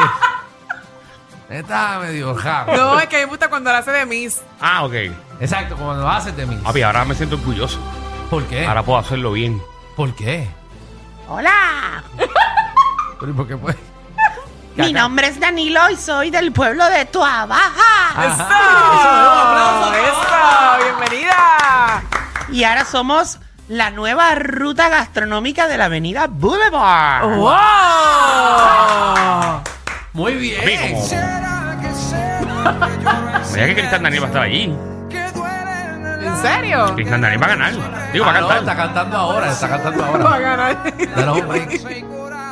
Está medio raro. No, es que me gusta cuando lo hace de Miss. Ah, ok. Exacto, como lo haces de Miss. Papi, ahora me siento orgulloso. ¿Por qué? Ahora puedo hacerlo bien. ¿Por qué? Hola, Pero, ¿y ¿Por qué pues? mi nombre es Danilo y soy del pueblo de Tuabaja. Ajá. ¡Eso! ¡Ah! ¡Eso! ¡Bienvenida! Y ahora somos la nueva ruta gastronómica de la avenida Boulevard. ¡Wow! Muy Papi, bien. como... Mira que Cristian Daniel va a estar allí. ¿En serio? Cristian Daniel va a ganar. Digo, va Ah, a no, está cantar. cantando ahora, está cantando Va a ahora. ganar. Dale un break.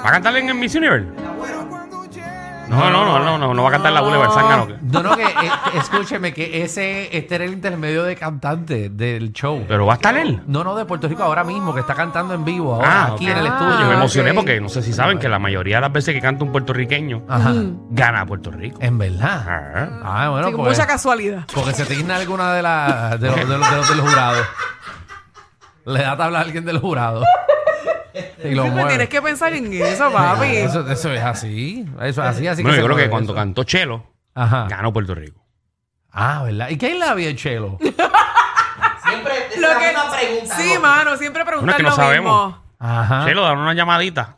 ¿Va a cantar en el Miss Universe? No, no, no, no, no, no va a cantar la Boulevard Sangano. No, no, que eh, escúcheme, que ese este era el intermedio de cantante del show. Pero va a estar él. No, no, de Puerto Rico ahora mismo, que está cantando en vivo ahora, Ah, aquí ok. en el Ah, estudio. Yo me ok. emocioné porque no sé si saben que la mayoría de las veces que canta un puertorriqueño Ajá, gana a Puerto Rico. en verdad. Ah. Ah, bueno, Sí, con porque, mucha casualidad. porque se digna alguna de, las de, los, de, los, de los del jurado. Le da tabla a alguien del jurado. Y lo Siempre mueve. tienes que pensar en eso, papi. Eso, eso es así. Eso es así, así Bueno, se yo creo que mueve cuando eso. cantó Chelo, Ajá. ganó Puerto Rico. Ah, ¿verdad? ¿Y qué es la vida de Chelo? Siempre es Lo la que- misma pregunta. Sí, mano, siempre Bueno, es preguntan que no lo sabemos. mismo. Ajá. Chelo, dan una llamadita.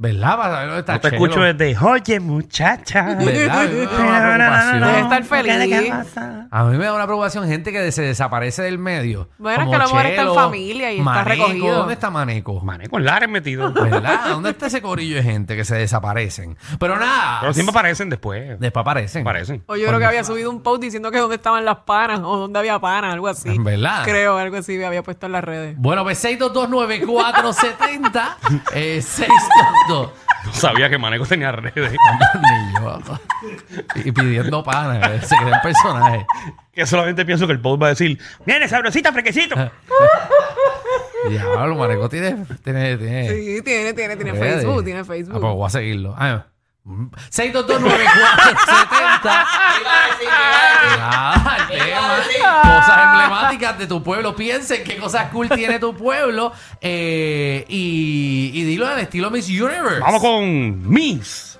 ¿Verdad? Para saber dónde está No te Chelo. escucho eh. desde, oye, muchacha. ¿Verdad? A mí me da una Debe preocupación. estar feliz. A mí me da una preocupación gente que se desaparece del medio. Bueno, es Como que a lo mejor está en Chelo, familia y está Maneco. recogido. ¿Dónde está Maneco? Mané con lares metido. ¿Verdad? ¿Dónde está ese corillo de gente que se desaparecen? Pero nada. Pero siempre aparecen después. Después aparecen. Aparecen. O yo creo que había subido un post diciendo que dónde estaban las panas o dónde había panas, algo así. En verdad. Creo, algo así me había puesto en las redes. Bueno, pues 6229470. eh, 622. No sabía que Maneco tenía redes. Ni yo. Y pidiendo pana. que Se creen personajes. que solamente pienso que el post va a decir, viene sabrosita, frequecito. Ah. Diablo, Maneco tiene... tiene, tiene Sí, tiene, tiene, tiene Eh. Redes. Facebook, tiene Ah, pues Facebook. voy a seguirlo. Ah, mm, 6229470. Nada, el tema. Cosas emblemáticas de tu pueblo. Piensen qué cosas cool tiene tu pueblo. eh, y, y dilo en estilo Miss Universe. Vamos con Miss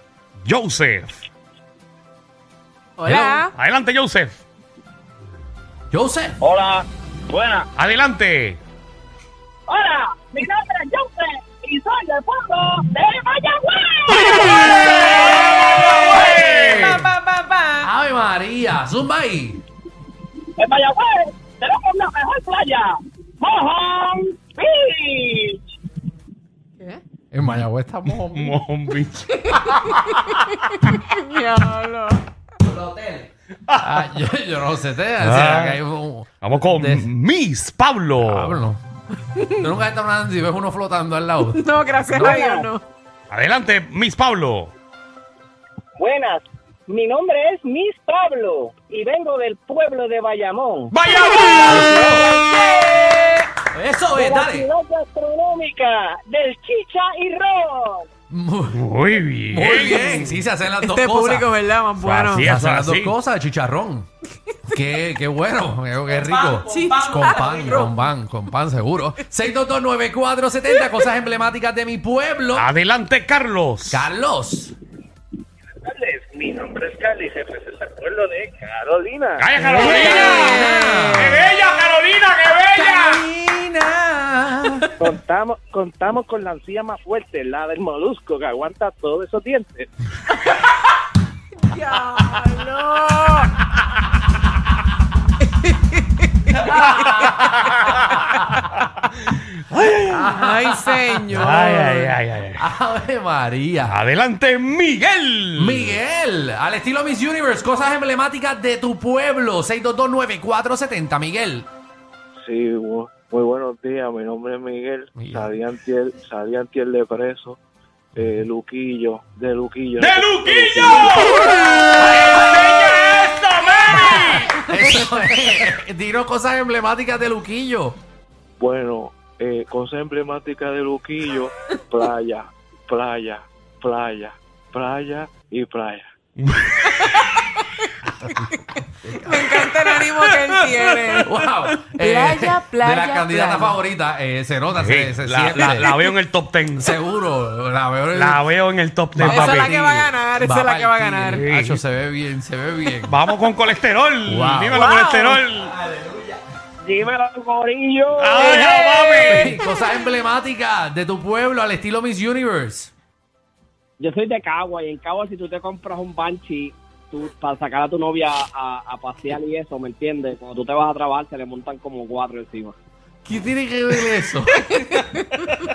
Joseph. pues, Hola. Adelante, Joseph. Joseph. Hola, buena. Adelante. Hola, Mi nombre es Joseph y soy de pueblo de Mayagüez. Pa, pa, pa, pa. ¡Ave María! ¡Zumba ahí! En Mayagüez tenemos la mejor playa, Mojón Beach. ¿Qué? En Mayagüez estamos... Mojón Beach. Diablo. El hotel. Ah, yo, yo no sé, te Ah. decía que hay un... Vamos con De- Miss Pablo. Pablo. Tú nunca has estado nadando y ves uno flotando al lado. No, gracias a Dios, no. Adelante, Miss Pablo. Buenas, mi nombre es Miss Pablo y vengo del pueblo de Bayamón. ¡Vaya! Eso De es, la dale. ciudad gastronómica del Chicha y Ron. Muy, Muy bien. muy bien. Sí, se hacen las Este dos cosas. público, ¿verdad? Más bueno. Así Se es. hacen las dos así. cosas, chicharrón. qué, qué bueno, qué, qué rico. Sí. Con pan, con pan, con pan seguro. 6229470, cosas emblemáticas de mi pueblo. Adelante, Carlos. Carlos. Mi nombre es Cali, jefe del pueblo de Carolina. ¡Calla, Carolina! Carolina. ¡Qué bella, Carolina! ¡Qué bella! Carolina. Contamos, contamos con la encía más fuerte, la del molusco que aguanta todos esos dientes. Diablo. Ay, señor. Ay, ay, ay, ay, ay. Ave María. Adelante, Miguel. Miguel, al estilo Miss Universe, cosas emblemáticas de tu pueblo. 6229470, Miguel. Sí, bu- muy buenos días. Mi nombre es Miguel. Miguel. Salí antier, salí antier de preso. Eh, Luquillo, de Luquillo. ¡De Luquillo! ¡Enseña esto, Mary! Eso es. Dinos cosas emblemáticas de Luquillo. Bueno, eh, cosa emblemática de Luquillo, playa, playa, playa, playa y playa. Me encanta el ánimo que él tiene. Wow. Eh, Playa, playa, De la candidata playa. favorita, eh, se nota, se, se la, siente. la- la veo en el top ten. Seguro, la veo. La veo en el top ten, Esa es la Ah, papi. que va a ganar, esa es la que va a ganar. Hacho, se ve bien, se ve bien. Vamos con colesterol. Wow. Dímelo, Wow. colesterol. Dímelo, Corillo. ¡Ay, papi! Cosas emblemáticas de tu pueblo al estilo Miss Universe. Yo soy de Cagua y en Cagua si tú te compras un Banshee tú, para sacar a tu novia a, a pasear y eso, ¿me entiendes? Cuando tú te vas a trabajar se le montan como cuatro encima. ¿Qué tiene que ver eso?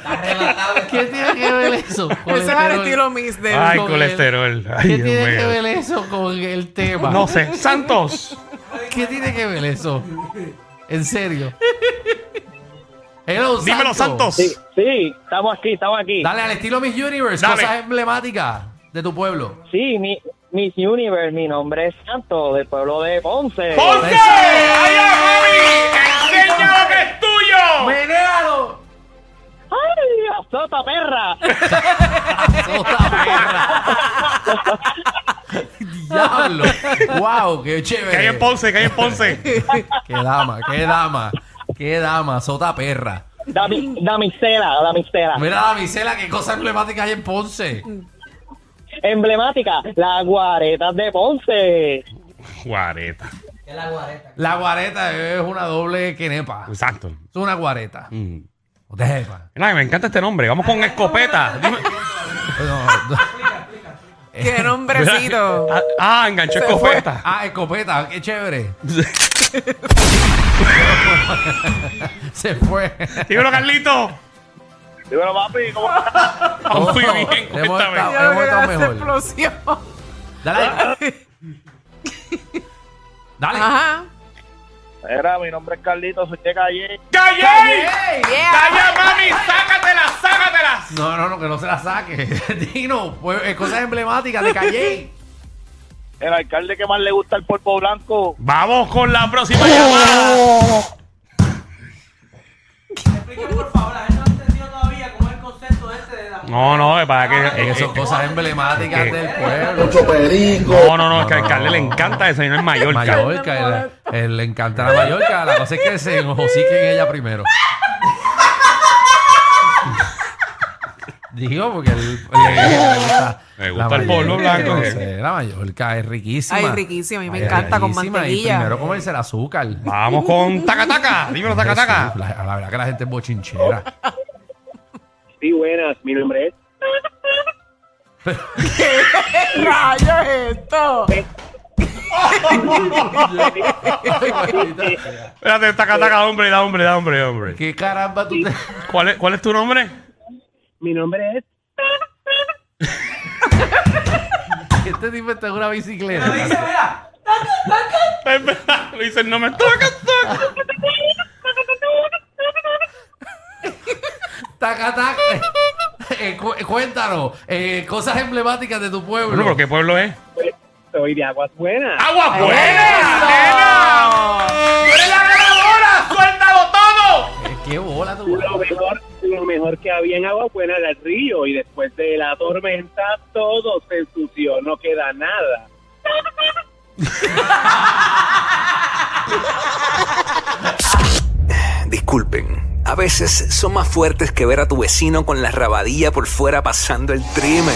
Arrebatado. ¿Qué tiene que ver eso? Ese es el estilo Miss de Ay, con colesterol. Ay, ¿Qué Dios tiene mío. que ver eso con el tema? No sé. Santos. ¿Qué tiene que ver eso? En serio. Hello, Dímelo, Santos. Sí, sí, estamos aquí, estamos aquí. Dale, al estilo Miss Universe, Dale. cosas emblemáticas de tu pueblo. Sí, mi, Miss Universe, mi nombre es Santo, del pueblo de Ponce. ¡Ponce! ¡Vaya, papi! ¡Enseña lo que es tuyo! ¡Venéalo! ¡Ay, azota perra! ¡Diablo! ¡Wow! ¡Qué Que hay en chévere! Ponce, que hay en Ponce. ¡Qué dama! ¡Qué dama! ¡Qué dama! ¡Sota perra! Dami- Damisela, damisela. Mira la misela, qué cosa emblemática hay en Ponce. Emblemática, las guaretas de Ponce. Guareta. Es la guareta. La guareta es una doble quenepa. Es Exacto. una guareta. Mm. No te jefa. Ay, me encanta este nombre. Vamos con escopeta. Dime- No, no. Qué nombrecito. Ah, ah, enganchó escopeta. Ah, escopeta, qué chévere. Se fue. Dímelo, Carlito. Dímelo, papi, ¿cómo Ah, Muy bien, Le hemos cuéntame. dado- Diablo, hemos que estado hace mejor. explosión. Dale. Dale. Ah. Ajá. Era, mi nombre es Carlito, soy de Calle. ¡Calle! Yeah. ¡Calla, mami! ¡Sácatela, sácatela! No, no, no, que no se la saque. Dino, pues, eh, cosas emblemáticas de Calle. El alcalde que más le gusta el polvo blanco. Vamos con la próxima llamada. Expliquen, por favor, la gente no entendió todavía cómo es el concepto ese de la. No, no, es para que. eh, Porque son eh, cosas emblemáticas eh, del pueblo. no, no, no, es que al alcalde le encanta eso, no es Mallorca. Mallorca, el- el- le encanta la Mallorca. La cosa es que se enjociquen ella primero. Digo, porque él le, le gusta, Le gusta la el polvo Mallorca, blanco. no sé, la Mallorca es riquísima. Ay, riquísima, a mí me Ay, encanta con riquísima, Y mantequilla. primero comerse el azúcar. Vamos con Taca Taca. Dímelo, Taca Taca. Jesús, La, la verdad que la gente es bochinchera. Sí, buenas. Mi nombre es. rayo es esto? Espérate, taca, taca, hombre, da, hombre, da, hombre, hombre. ¿Qué caramba tú te... ¿Cuál es, cuál es tu nombre? Mi nombre es. Este tipo está en una Lo dice, bicicleta. mira. Es verdad, Le dicen, no me toques, toques. Taca, taca. Eh, cu- cuéntanos, eh, cosas emblemáticas de tu pueblo. Bueno, pero ¿qué pueblo es? Soy de Aguas Buenas. ¡Agua buena, nena! ¡Tú eres la ganadora! ¡Suéltalo todo! Eh, ¡Qué bola tu Lo mejor, lo mejor que había en Aguas Buenas era el río y después de la tormenta todo se ensució, no queda nada. Disculpen, a veces son más fuertes que ver a tu vecino con la rabadilla por fuera pasando el trimen.